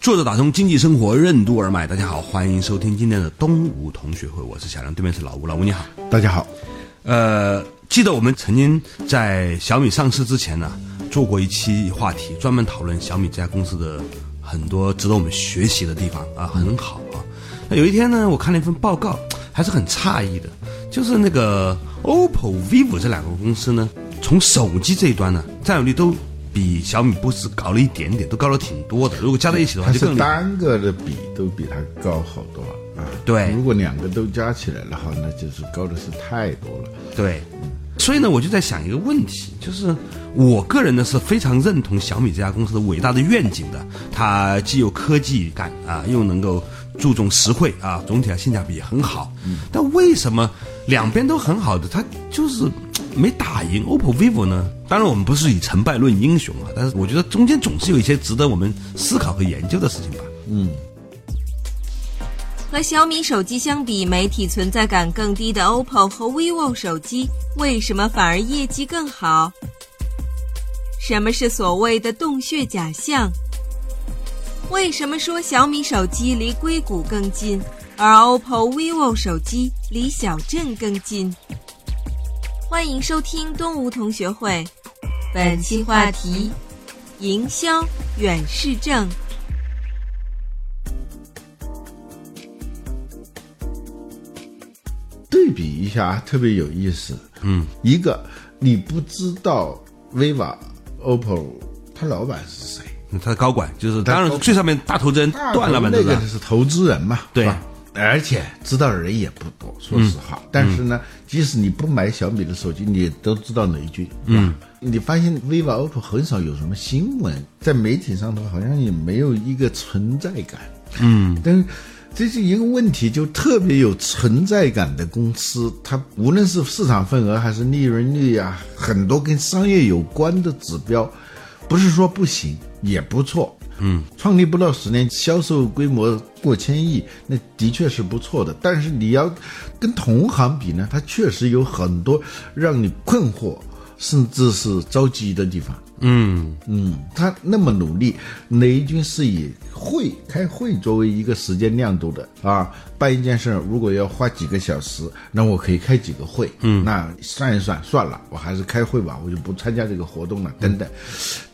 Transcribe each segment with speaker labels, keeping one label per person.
Speaker 1: 作者打通经济生活任督二脉，大家好，欢迎收听今天的东吴同学会，我是小梁，对面是老吴，老吴你好，
Speaker 2: 大家好。
Speaker 1: 呃，记得我们曾经在小米上市之前呢、做过一期话题，专门讨论小米这家公司的很多值得我们学习的地方啊，很好啊。那有一天呢，我看了一份报告，还是很诧异的，就是那个 OPPO、vivo 这两个公司呢，从手机这一端呢，占有率都。比小米不止高了一点点，都高了挺多的。如果加在一起的话，
Speaker 3: 它
Speaker 1: 就是更厉害
Speaker 3: 单个的比都比它高好多啊。
Speaker 1: 对
Speaker 3: 如果两个都加起来的话，那就是高的是太多了。
Speaker 1: 对，所以呢，我就在想一个问题，就是我个人呢是非常认同小米这家公司的伟大的愿景的，它既有科技感啊，又能够注重实惠啊，总体的性价比也很好。
Speaker 3: 嗯
Speaker 1: 但为什么两边都很好的，它就是嘖没打赢 OPPO、vivo 呢？当然，我们不是以成败论英雄啊，但是我觉得中间总是有一些值得我们思考和研究的事情吧。
Speaker 4: 和小米手机相比，媒体存在感更低的 OPPO 和 vivo 手机，为什么反而业绩更好？什么是所谓的洞穴假象？为什么说小米手机离硅谷更近，而 OPPO、vivo 手机离小镇更近？欢迎收听东吴同学会，本期话题：营销远视症。
Speaker 3: 对比一下，特别有意思。嗯，一个你不知道 vivo、OPPO 它老板是谁，
Speaker 1: 它的高管就是，
Speaker 3: 它
Speaker 1: 当然
Speaker 3: 高管
Speaker 1: 最上面大头针段老板
Speaker 3: 那
Speaker 1: 对
Speaker 3: 个
Speaker 1: 吧？
Speaker 3: 是投资人嘛，
Speaker 1: 对
Speaker 3: 是吧而且知道的人也不多，说实话。
Speaker 1: 嗯
Speaker 3: 但是呢，即使你不买小米的手机，你也都知道雷军。嗯，你发现 vivo、OPPO 很少有什么新闻，在媒体上的话，好像也没有一个存在感。嗯，但是这是一个问题，就特别有存在感的公司，它无论是市场份额还是利润率啊，很多跟商业有关的指标，不是说不行，也不错。嗯，创立不到十年，销售规模过千亿，那的确是不错的。但是你要跟同行比呢，它确实有很多让你困惑，甚至是着急的地方。嗯，他那么努力，雷军是以会开会作为一个时间亮度的啊，办一件事儿如果要花几个小时，那我可以开几个会，嗯，那算一算，算了，我还是开会吧，我就不参加这个活动了，等等，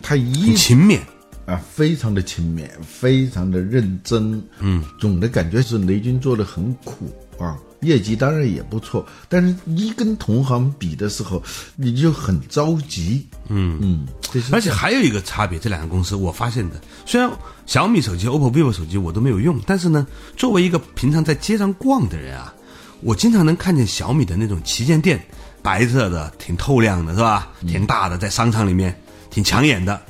Speaker 3: 他一
Speaker 1: 勤勉，
Speaker 3: 啊，非常的勤勉，非常的认真，嗯，总的感觉是雷军做的很苦啊，业绩当然也不错，但是一跟同行比的时候，你就很着急，嗯嗯，这是
Speaker 1: 而且还有一个差别，这两个公司我发现的，虽然小米手机、OPPO、vivo 手机我都没有用，但是呢，作为一个平常在街上逛的人啊，我经常能看见小米的那种旗舰店，白色的，挺透亮的，是吧？挺大的，在商场里面挺抢眼的。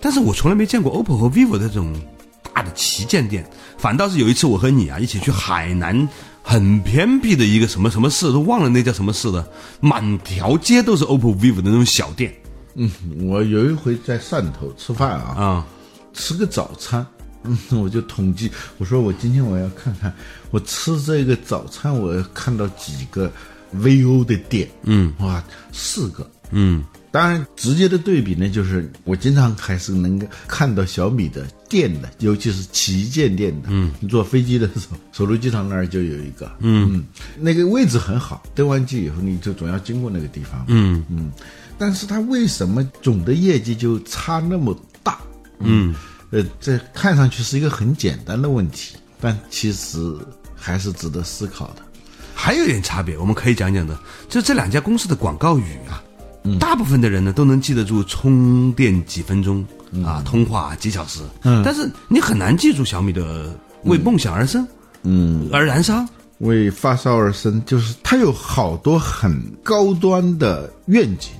Speaker 1: 但是我从来没见过 OPPO 和 vivo 的这种大的旗舰店，反倒是有一次我和你啊一起去海南很偏僻的一个什么什么市，都忘了那叫什么市了，满条街都是 OPPO、vivo 的那种小店
Speaker 3: 我有一回在汕头吃饭啊，
Speaker 1: 啊。
Speaker 3: 吃个早餐， 嗯，我就统计，我说我今天我要看看，我吃这个早餐，我看到几个 VO 的店，嗯，哇，四个，嗯，当然直接的对比呢，就是我经常还是能够看到小米的店的，尤其是旗舰店的，嗯，你坐飞机的时候，首都机场那儿就有一个，嗯，那个位置很好，登完机以后你就总要经过那个地方，嗯嗯，但是它为什么总的业绩就差那么大？嗯，呃，这看上去是一个很简单的问题，但其实还是值得思考的。
Speaker 1: 还有一点差别，我们可以讲讲的，就是这两家公司的广告语啊，大部分的人呢都能记得住充电几分钟、啊，通话几小时，但是你很难记住小米的为梦想而生，嗯，而燃烧，
Speaker 3: 为发烧而生，就是它有好多很高端的愿景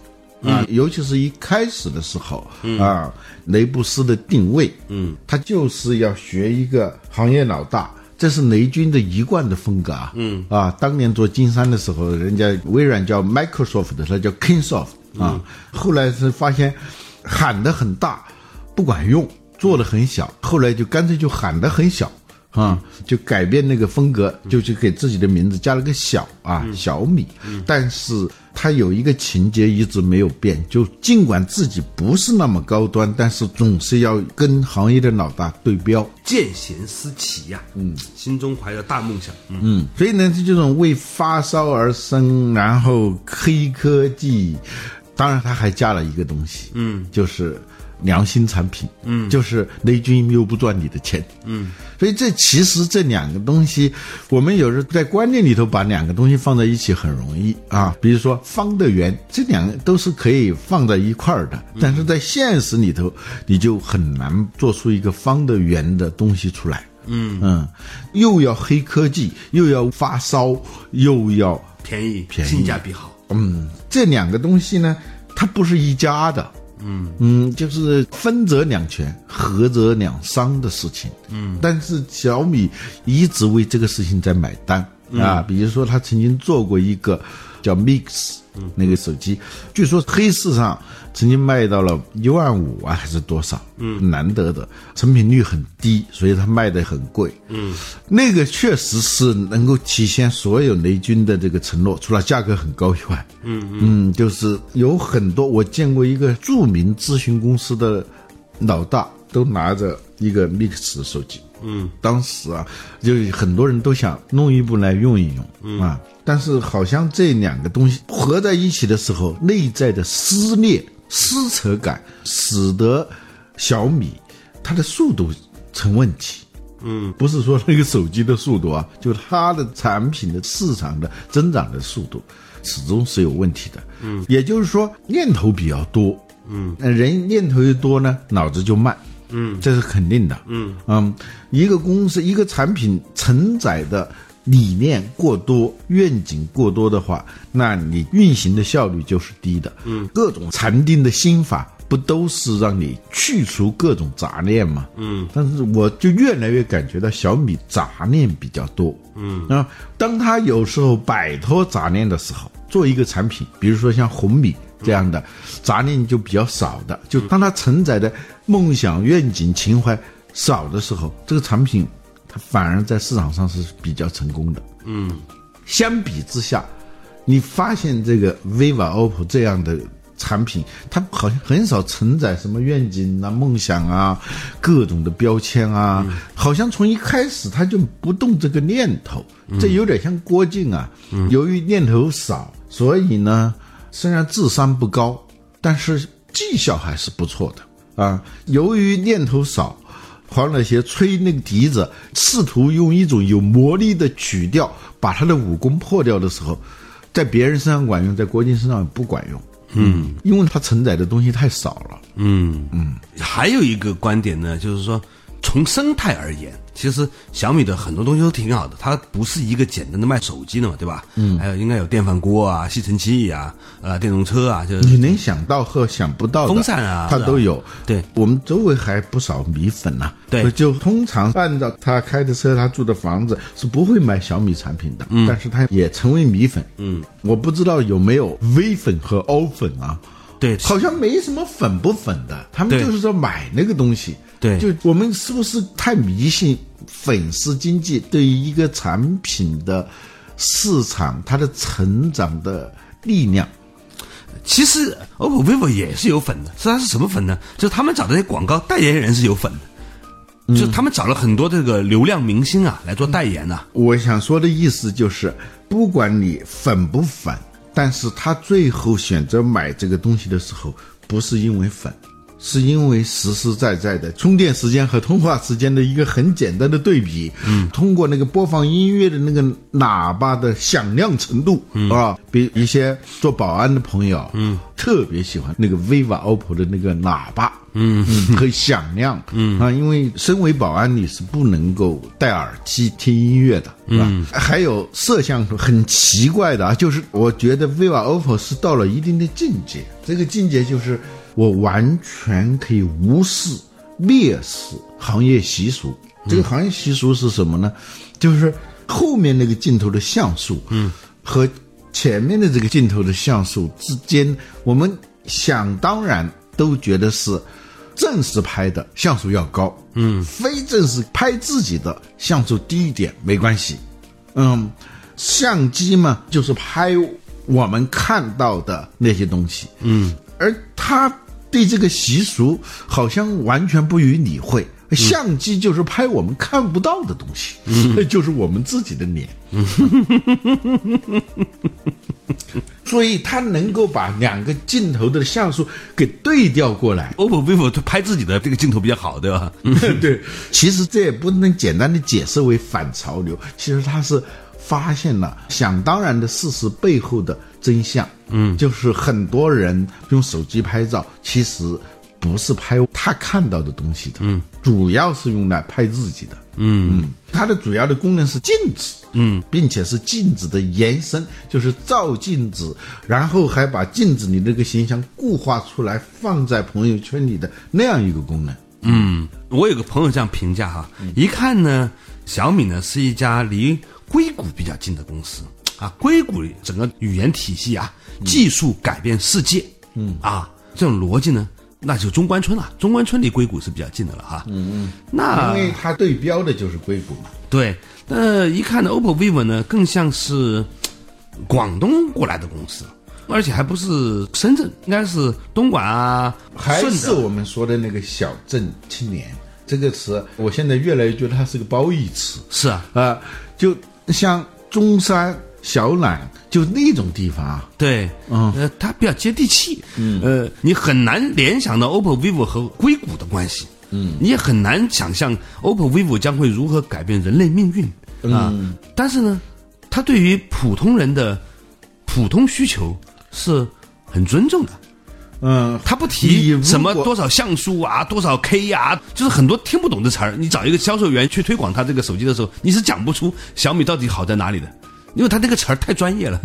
Speaker 3: 啊，尤其是一开始的时候、啊，嗯雷布斯的定位，嗯，他就是要学一个行业老大。这是雷军的一贯的风格啊。嗯啊，当年做金山的时候，人家微软叫 Microsoft 的，他叫 Kingsoft 啊。后来是发现喊得很大不管用，做的很小，后来就干脆就喊得很小。啊，就改变那个风格，就去给自己的名字加了个小啊，小米。但是它有一个情节一直没有变，就尽管自己不是那么高端，但是总是要跟行业的老大对标。
Speaker 1: 见贤思齐呀、嗯，心中怀着大梦想，嗯，
Speaker 3: 嗯，所以呢，这这种为发烧而生，然后黑科技，当然他还加了一个东西，嗯，就是良心产品，嗯，就是雷军又不赚你的钱，嗯，所以这其实这两个东西，我们有时候在观念里头把两个东西放在一起很容易啊，比如说方的圆，这两个都是可以放在一块儿的，但是在现实里头，你就很难做出一个方的圆的东西出来。嗯嗯，又要黑科技，又要发烧，又要
Speaker 1: 便宜，
Speaker 3: 便宜
Speaker 1: 性价比好，
Speaker 3: 嗯，这两个东西呢，它不是一家的。嗯嗯，就是分则两全，合则两商的事情。嗯，但是小米一直为这个事情在买单、啊。比如说，他曾经做过一个叫 Mix 那个手机，据说黑市上曾经卖到了一万五啊，还是多少？嗯，难得的，成品率很低，所以它卖的很贵。嗯，那个确实是能够体现所有雷军的这个承诺，除了价格很高以外。嗯，就是有很多我见过一个著名咨询公司的老大都拿着一个 Mix 手机。嗯，当时啊，就很多人都想弄一部来用一用、啊，但是好像这两个东西合在一起的时候，内在的撕裂、撕扯感，使得小米它的速度成问题。嗯，不是说那个手机的速度啊， 就是它的产品的市场的增长的速度，始终是有问题的。嗯，也就是说念头比较多。嗯，人念头一多呢，脑子就慢。嗯，这是肯定的。嗯嗯，一个公司一个产品承载的理念过多、愿景过多的话，那你运行的效率就是低的。嗯，各种禅定的心法不都是让你去除各种杂念吗？嗯，但是我就越来越感觉到小米杂念比较多。嗯啊，当他有时候摆脱杂念的时候，做一个产品，比如说像红米这样的，杂念就比较少的，就当它承载的梦想、愿景、情怀少的时候，这个产品它反而在市场上是比较成功的。嗯，相比之下，你发现这个 vivo、oppo 这样的产品，它好像很少承载什么愿景啊、梦想啊、各种的标签啊，好像从一开始它就不动这个念头。这有点像郭靖啊，由于念头少，所以呢，虽然智商不高，但是绩效还是不错的啊。由于念头少，黄磊协吹那个笛子，试图用一种有魔力的曲调把他的武功破掉的时候，在别人身上管用，在郭靖身上不管用。嗯，因为他承载的东西太少了。
Speaker 1: 嗯还有一个观点呢，就是说，从生态而言，其实小米的很多东西都挺好的，它不是一个简单的卖手机的嘛，对吧？嗯，还有应该有电饭锅啊、吸尘器啊、呃电动车啊，就是
Speaker 3: 你能想到和想不到的
Speaker 1: 风扇啊
Speaker 3: 它都有。
Speaker 1: 对
Speaker 3: 我们周围还不少米粉呐、
Speaker 1: 对
Speaker 3: 就通常按照他开的车、他住的房子是不会买小米产品的，
Speaker 1: 嗯
Speaker 3: 但是他也成为米粉。嗯，我不知道有没有微粉和欧粉啊。
Speaker 1: 对，
Speaker 3: 好像没什么粉不粉的，他们
Speaker 1: 对
Speaker 3: 就是说买那个东西。
Speaker 1: 对
Speaker 3: 就我们是不是太迷信粉丝经济对于一个产品的市场它的成长的力量？
Speaker 1: 其实 OPPO、vivo 也是有粉的，是它是什么粉呢？就是他们找的那些广告代言人是有粉的。就他们找了很多这个流量明星啊来做代言呐、
Speaker 3: 我想说的意思就是，不管你粉不粉，但是他最后选择买这个东西的时候，不是因为粉，是因为实实在在的充电时间和通话时间的一个很简单的对比。嗯，通过那个播放音乐的那个喇叭的响亮程度、啊，比一些做保安的朋友，嗯，特别喜欢那个 vivo、oppo 的那个喇叭。嗯，很响亮，嗯啊，因为身为保安，你是不能够戴耳机听音乐的，是吧？还有摄像头很奇怪的啊，就是我觉得 vivo、oppo 是到了一定的境界，这个境界就是我完全可以无视、蔑视行业习俗，这个行业习俗是什么呢？就是后面那个镜头的像素，嗯，和前面的这个镜头的像素之间，我们想当然都觉得是正式拍的像素要高，嗯，非正式拍自己的像素低一点没关系，嗯，相机嘛，就是拍我们看到的那些东西。嗯，而他对这个习俗好像完全不予理会。相机就是拍我们看不到的东西，那、 就是我们自己的脸。所以他能够把两个镜头的像素给对调过来，
Speaker 1: OPPO、vivo 哦它拍自己的这个镜头比较好，对吧？
Speaker 3: 对，其实这也不能简单的解释为反潮流，其实它是发现了想当然的事实背后的真相。嗯，就是很多人用手机拍照，其实不是拍他看到的东西的，嗯，主要是用来拍自己的。嗯，它的主要的功能是镜子，嗯，并且是镜子的延伸，就是照镜子，然后还把镜子里那个形象固化出来，放在朋友圈里的那样一个功能。
Speaker 1: 我有个朋友这样评价哈，一看呢，小米呢是一家离硅谷比较近的公司啊，硅谷整个语言体系啊，技术改变世界，嗯啊，这种逻辑呢，那就中关村了，中关村离硅谷是比较近的了哈，嗯嗯，那
Speaker 3: 因为它对标的就是硅谷嘛。
Speaker 1: 对，那一看呢，OPPO、vivo 呢，更像是嘖广东过来的公司，而且还不是深圳，应该是东莞啊，
Speaker 3: 还
Speaker 1: 顺
Speaker 3: 是
Speaker 1: 德。
Speaker 3: 我们说的那个小镇青年这个词，我现在越来越觉得它是个褒义词
Speaker 1: 是啊，
Speaker 3: 啊、就像中山、小榄，就那种地方啊，
Speaker 1: 对，呃，它比较接地气，嗯，呃，你很难联想到 OPPO、vivo 和硅谷的关系，嗯，你也很难想象 OPPO、vivo 将会如何改变人类命运
Speaker 3: 嗯
Speaker 1: 啊。但是呢，它对于普通人的普通需求是很尊重的，
Speaker 3: 嗯，
Speaker 1: 他不
Speaker 3: 你如
Speaker 1: 提
Speaker 3: 果
Speaker 1: 什么多少像素啊，多少 K 啊，就是很多听不懂的词儿。你找一个销售员去推广他这个手机的时候，你是讲不出小米到底好在哪里的，因为他那个词儿太专业了。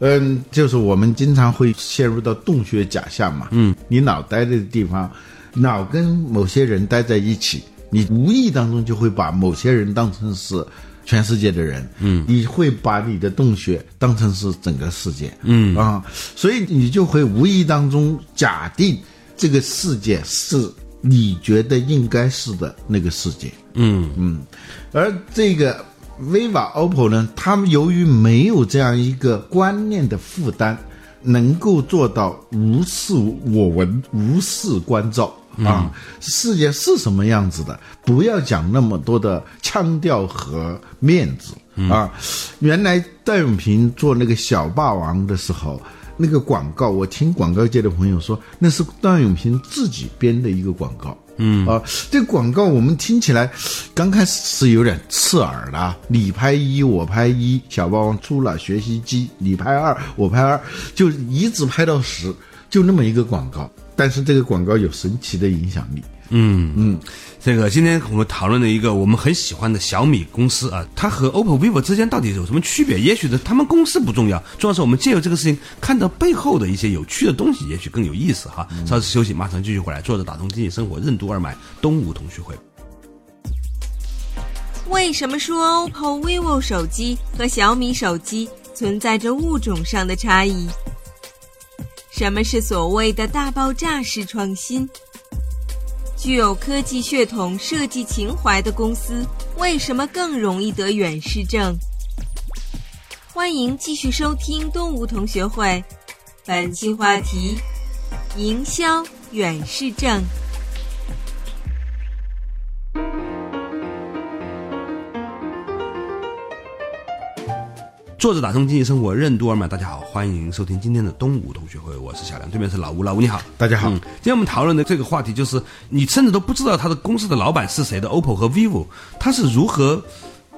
Speaker 3: 嗯，就是我们经常会陷入到洞穴假象嘛。嗯，你脑袋的地方，脑跟某些人待在一起，你无意当中就会把某些人当成是全世界的人。嗯，你会把你的洞穴当成是整个世界。嗯啊，所以你就会无意当中假定这个世界是你觉得应该是的那个世界。而这个 vivo、OPPO 呢，他们由于没有这样一个观念的负担，能够做到无视我闻，无视关照。啊，世界是什么样子的？不要讲那么多的腔调和面子、啊！原来戴永平做那个小霸王的时候，那个广告，我听广告界的朋友说，那是段永平自己编的一个广告。嗯啊，这广告我们听起来刚开始是有点刺耳的啊，你拍一，我拍一，小霸王出了学习机，你拍二，我拍二，就一直拍到十，就那么一个广告。但是这个广告有神奇的影响力。
Speaker 1: 这个今天我们讨论了一个我们很喜欢的小米公司啊，它和 OPPO、vivo 之间到底有什么区别？也许的他们公司不重要，重要是我们借由这个事情看到背后的一些有趣的东西，也许更有意思哈。稍事休息，马上继续回来，坐着打通经济生活，任督二脉，东吴同学会。
Speaker 4: 为什么说 OPPO、vivo 手机和小米手机存在着物种上的差异？什么是所谓的大爆炸式创新？具有科技血统、设计情怀的公司，为什么更容易得远视症？欢迎继续收听东吴同学会，本期话题：营销远视症。
Speaker 1: 坐着打通经济生活，任督二脉。大家好，欢迎收听今天的东吴同学会，我是小梁，对面是老吴，老吴你好，
Speaker 3: 大家好
Speaker 1: 嗯今天我们讨论的这个话题就是，你甚至都不知道他的公司的老板是谁的，OPPO 和 vivo，他是如何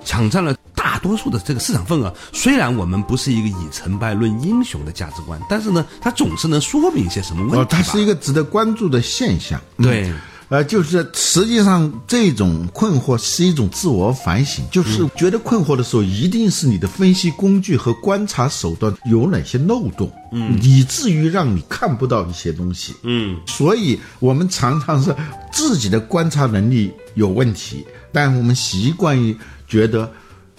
Speaker 1: 抢占了大多数的这个市场份额。虽然我们不是一个以成败论英雄的价值观，但是呢，他总是能说明一些什么问
Speaker 3: 哦，
Speaker 1: 题吧。
Speaker 3: 它是一个值得关注的现象。嗯
Speaker 1: 对，
Speaker 3: 呃，就是实际上这种困惑是一种自我反省，就是觉得困惑的时候，一定是你的分析工具和观察手段有哪些漏洞，嗯，以至于让你看不到一些东西，嗯，所以我们常常是自己的观察能力有问题，但我们习惯于觉得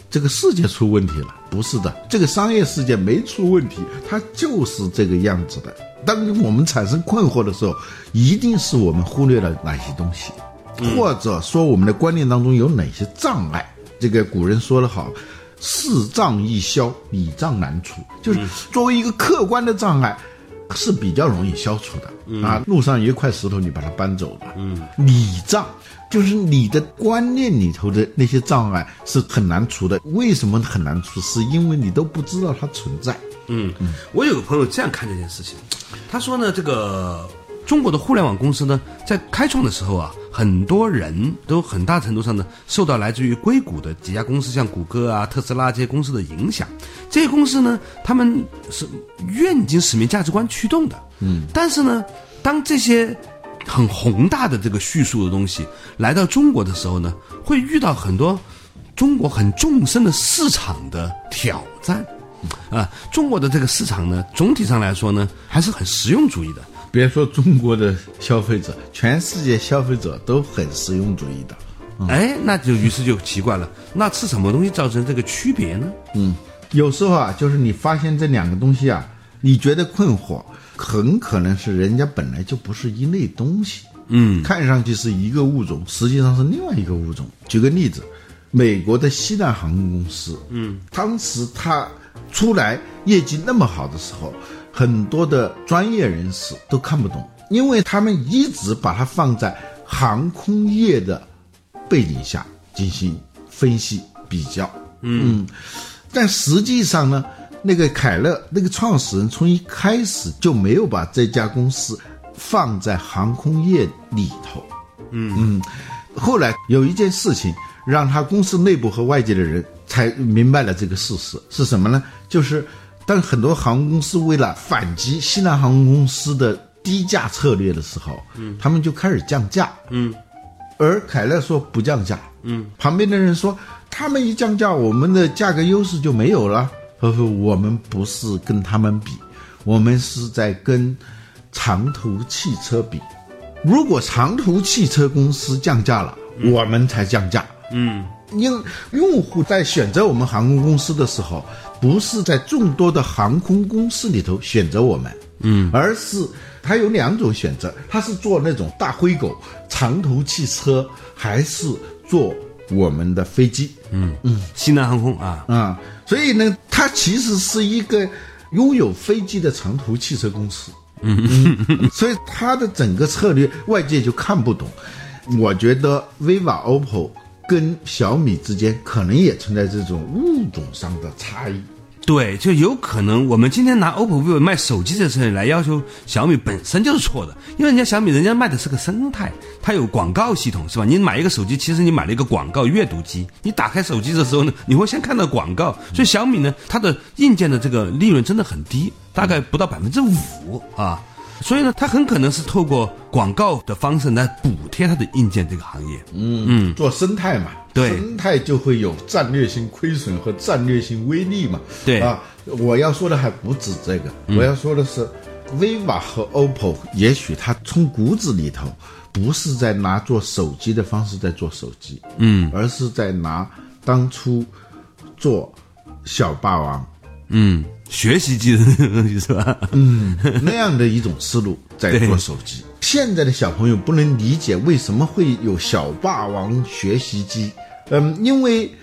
Speaker 3: 这个世界出问题了，不是的，这个商业世界没出问题，它就是这个样子的。当我们产生困惑的时候，一定是我们忽略了哪些东西，或者说我们的观念当中有哪些障碍。这个古人说得好，“是障易消，以障难除”，就是作为一个客观的障碍。是比较容易消除的、啊，路上有一块石头，你把它搬走了，嗯，理障就是你的观念里头的那些障碍是很难除的。为什么很难除？是因为你都不知道它存在。
Speaker 1: 嗯，我有个朋友这样看这件事情，他说呢，这个中国的互联网公司呢，在开创的时候啊，很多人都很大程度上呢，受到来自于硅谷的几家公司，像谷歌啊、特斯拉这些公司的影响。这些公司呢，他们是愿景、使命、价值观驱动的。嗯，但是呢，当这些很宏大的这个叙述的东西来到中国的时候呢，会遇到很多中国很纵深的市场的挑战。啊，中国的这个市场呢，总体上来说呢，还是很实用主义的。
Speaker 3: 别说中国的消费者，全世界消费者都很实用主义的。
Speaker 1: 哎，那就于是就奇怪了，那是什么东西造成这个区别呢？
Speaker 3: 有时候啊，就是你发现这两个东西啊，你觉得困惑，很可能是人家本来就不是一类东西。嗯，看上去是一个物种，实际上是另外一个物种。举个例子，美国的西南航空公司，嗯，当时它出来业绩那么好的时候，很多的专业人士都看不懂，因为他们一直把它放在航空业的背景下进行分析比较。嗯，但实际上呢，那个凯勒那个创始人从一开始就没有把这家公司放在航空业里头。嗯嗯，后来有一件事情让他公司内部和外界的人才明白了这个事实是什么呢？就是当很多航空公司为了反击西南航空公司的低价策略的时候，嗯，他们就开始降价。而凯勒说不降价，嗯，旁边的人说他们一降价，我们的价格优势就没有了。他说我们不是跟他们比，我们是在跟长途汽车比。如果长途汽车公司降价了，我们才降价。因用户在选择我们航空公司的时候，不是在众多的航空公司里头选择我们，嗯，而是他有两种选择，他是做那种大灰狗、长途汽车，还是做我们的飞机，
Speaker 1: 西南航空啊，
Speaker 3: 啊、所以呢，它其实是一个拥有飞机的长途汽车公司。嗯，所以它的整个策略外界就看不懂。我觉得 vivo、OPPO 跟小米之间可能也存在这种物种上的差异。
Speaker 1: 对，就有可能我们今天拿 OPPO、vivo 卖手机这事情来要求小米本身就是错的，因为人家小米人家卖的是个生态，它有广告系统是吧？你买一个手机，其实你买了一个广告阅读机，你打开手机的时候呢，你会先看到广告，所以小米呢，它的硬件的这个利润真的很低，大概不到百分之五啊，所以呢，它很可能是透过广告的方式来补贴它的硬件这个行业。
Speaker 3: 嗯，做生态嘛，
Speaker 1: 对
Speaker 3: 生态就会有战略性亏损和战略性微利嘛。
Speaker 1: 对
Speaker 3: 啊，我要说的还不止这个，我要说的是，vivo 和 OPPO 也许它从骨子里头不是在拿做手机的方式在做手机，嗯，而是在拿当初做小霸王
Speaker 1: 嗯，学习机的东西是吧？
Speaker 3: 那样的一种思路在做手机。现在的小朋友不能理解为什么会有小霸王学习机，嗯，因为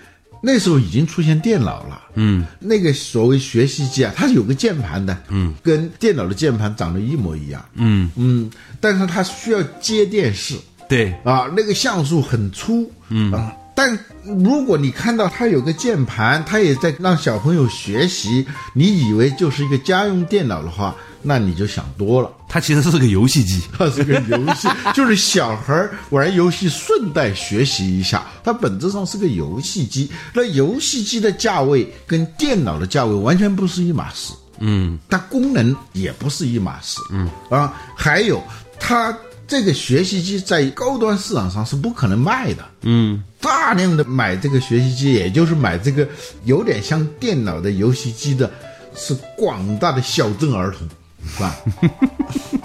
Speaker 3: 那时候已经出现电脑了，嗯，那个所谓学习机啊，它是有个键盘的，嗯，跟电脑的键盘长得一模一样，嗯嗯，但是它需要接电视，
Speaker 1: 对，
Speaker 3: 啊，那个像素很粗，嗯啊，但如果你看到它有个键盘，它也在让小朋友学习，你以为就是一个家用电脑的话，那你就想多了，
Speaker 1: 它其实是个游戏机。
Speaker 3: 它是个游戏， 就是小孩儿玩游戏顺带学习一下，它本质上是个游戏机。那游戏机的价位跟电脑的价位完全不是一码事，嗯，它功能也不是一码事，嗯啊，还有它这个学习机在高端市场上是不可能卖的。
Speaker 1: 嗯，
Speaker 3: 大量的买这个学习机，也就是买这个有点像电脑的游戏机的，是广大的小镇儿童，是吧？嗯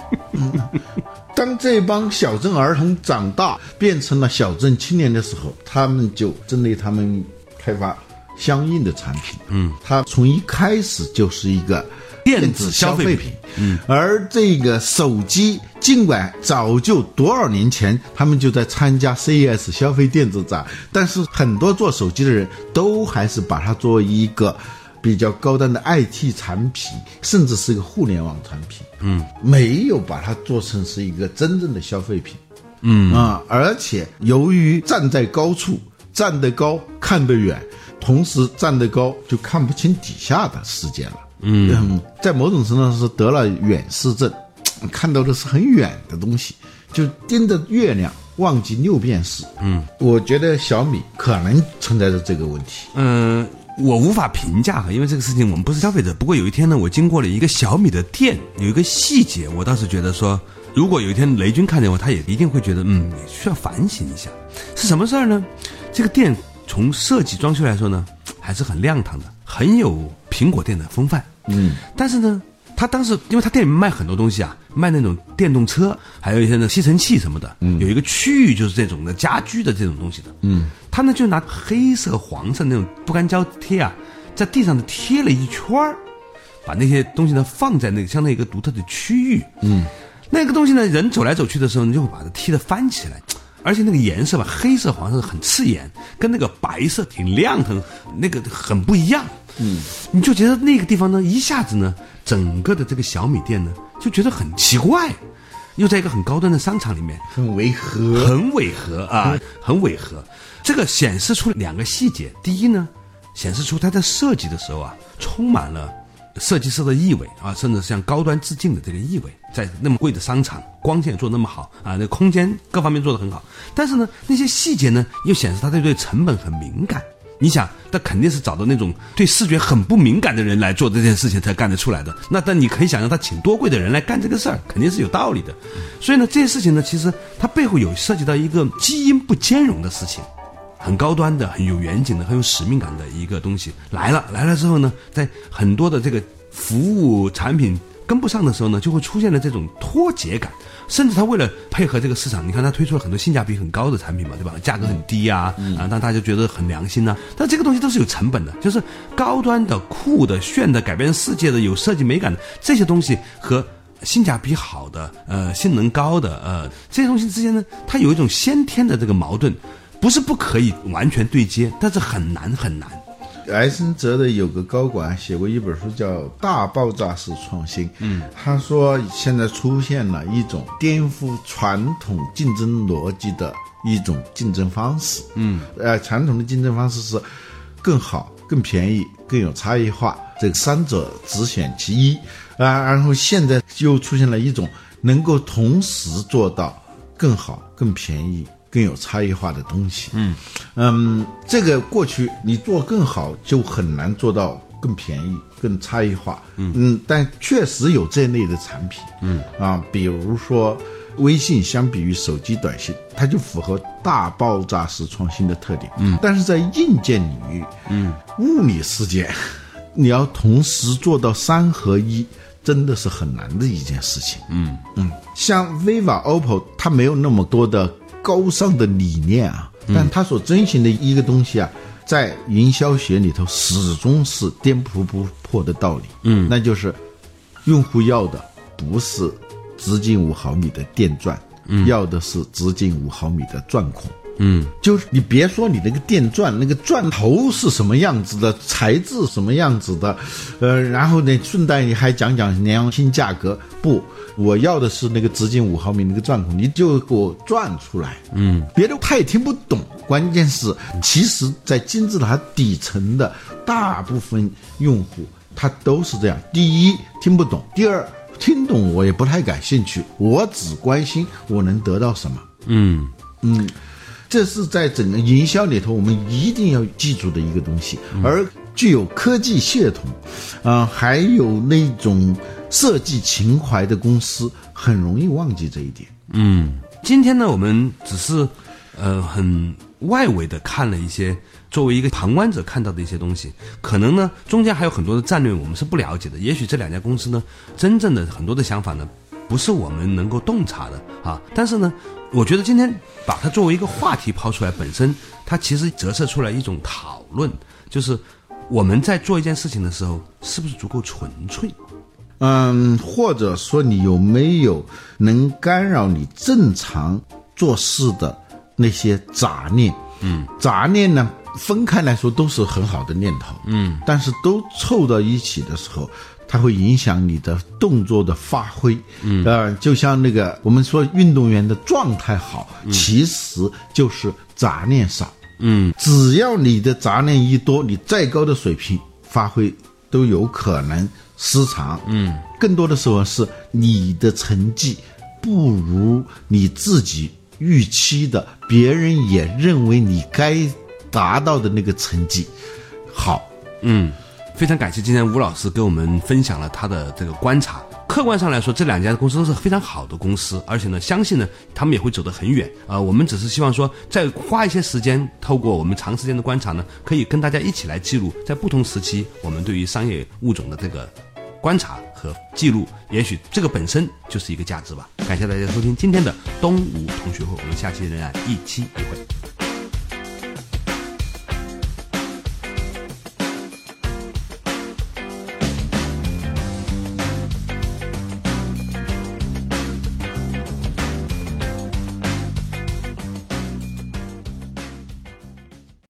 Speaker 3: 当这帮小镇儿童长大，变成了小镇青年的时候，他们就针对他们开发相应的产品。嗯，它从一开始就是一个
Speaker 1: 电子消费
Speaker 3: 费
Speaker 1: 品。
Speaker 3: 嗯，而这个手机，尽管早就多少年前他们就在参加 CES 消费电子展，但是很多做手机的人都还是把它作为一个比较高端的 IT 产品，甚至是一个互联网产品。嗯，没有把它做成是一个真正的消费品。嗯啊，而且由于站在高处，站得高看得远，同时站得高就看不清底下的世界了。嗯，在某种程度上是得了远视症，看到的是很远的东西，就盯着月亮忘记六便士。嗯，我觉得小米可能存在着这个问题。
Speaker 1: 嗯，我无法评价哈，因为这个事情我们不是消费者。不过有一天呢，我经过了一个小米的店，有一个细节，我倒是觉得说，如果有一天雷军看见我，他也一定会觉得，嗯，你需要反省一下，是什么事儿呢？这个店从设计装修来说呢，还是很亮堂的，很有苹果店的风范。嗯，但是呢。他当时，因为他店里面卖很多东西啊，卖那种电动车，还有一些那吸尘器什么的，有一个区域就是这种的家居的这种东西的，嗯，他呢就拿黑色、黄色那种不干胶贴啊，在地上贴了一圈儿，把那些东西呢放在那个相当于一个独特的区域，嗯，那个东西呢，人走来走去的时候，你就会把它踢得翻起来，而且那个颜色吧，黑色、黄色很刺眼，跟那个白色挺亮很那个很不一样。嗯，你就觉得那个地方呢，一下子呢，整个的这个小米店呢，就觉得很奇怪，又在一个很高端的商场里面，
Speaker 3: 很违和，
Speaker 1: 很违和啊，很违和。这个显示出两个细节，第一呢，显示出它在设计的时候啊，充满了设计师的意味啊，甚至向高端致敬的这个意味，在那么贵的商场，光线做得那么好啊，那空间各方面做得很好，但是呢，那些细节呢，又显示他对对成本很敏感。你想，那肯定是找到那种对视觉很不敏感的人来做这件事情才干得出来的。那但你可以想象，他请多贵的人来干这个事儿，肯定是有道理的。所以呢，这些事情呢，其实它背后有涉及到一个基因不兼容的事情，很高端的、很有远景的、很有使命感的一个东西来了。来了之后呢，在很多的这个服务产品跟不上的时候呢，就会出现了这种脱节感。甚至他为了配合这个市场，你看他推出了很多性价比很高的产品嘛，对吧？价格很低啊，啊，让大家觉得很良心呐、但这个东西都是有成本的，就是高端的、酷的、炫的、改变世界的、有设计美感的这些东西和性价比好的、呃性能高的、呃这些东西之间呢，它有一种先天的这个矛盾，不是不可以完全对接，但是很难很难。
Speaker 3: 埃森哲的有个高管写过一本书叫《大爆炸式创新》，嗯，他说现在出现了一种颠覆传统竞争逻辑的一种竞争方式，嗯，呃，传统的竞争方式是更好、更便宜、更有差异化，这三者只选其一，啊，然后现在又出现了一种能够同时做到更好、更便宜、更有差异化的东西，嗯。嗯，这个过去你做更好就很难做到更便宜、更差异化。嗯但确实有这类的产品。嗯啊，比如说微信，相比于手机短信，它就符合大爆炸式创新的特点。嗯，但是在硬件领域，嗯，物理世界， 你要同时做到三合一。真的是很难的一件事情。嗯嗯，像 vivo、OPPO，它没有那么多的高尚的理念啊，但它所遵循的一个东西啊，在营销学里头始终是颠扑不破的道理。嗯，那就是用户要的不是直径五毫米的电钻，要的是直径五毫米的钻孔。嗯，就是你别说你那个电钻，那个钻头是什么样子的，材质什么样子的，呃，然后呢，顺带你还讲讲良心价格。不，我要的是那个直径五毫米那个钻孔，你就给我钻出来。嗯，别的他也听不懂，关键是，其实，在金字塔底层的大部分用户，他都是这样：第一，听不懂；第二，听懂我也不太感兴趣，我只关心我能得到什么。这是在整个营销里头我们一定要记住的一个东西，而具有科技系统，啊、还有那种设计情怀的公司很容易忘记这一点。
Speaker 1: 嗯，今天呢，我们只是呃很外围的看了一些作为一个旁观者看到的一些东西，可能呢中间还有很多的战略我们是不了解的。也许这两家公司呢，真正的很多的想法呢，不是我们能够洞察的啊。但是呢，我觉得今天把它作为一个话题抛出来，本身它其实折射出来一种讨论，就是我们在做一件事情的时候，是不是足够纯粹？
Speaker 3: 嗯，或者说你有没有能干扰你正常做事的那些杂念？嗯，杂念呢，分开来说都是很好的念头，嗯，但是都凑到一起的时候，它会影响你的动作的发挥，嗯，呃，就像那个我们说运动员的状态好，其实就是杂念少，
Speaker 1: 嗯，
Speaker 3: 只要你的杂念一多，你再高的水平发挥都有可能失常。嗯，更多的时候是你的成绩不如你自己预期的，别人也认为你该达到的那个成绩好。
Speaker 1: 嗯，非常感谢今天吴老师给我们分享了他的这个观察。客观上来说，这两家公司都是非常好的公司，而且呢，相信呢，他们也会走得很远啊、我们只是希望说，再花一些时间，透过我们长时间的观察呢，可以跟大家一起来记录，在不同时期我们对于商业物种的这个观察和记录，也许这个本身就是一个价值吧。感谢大家收听今天的东吴同学会，我们下期仍然一期一会。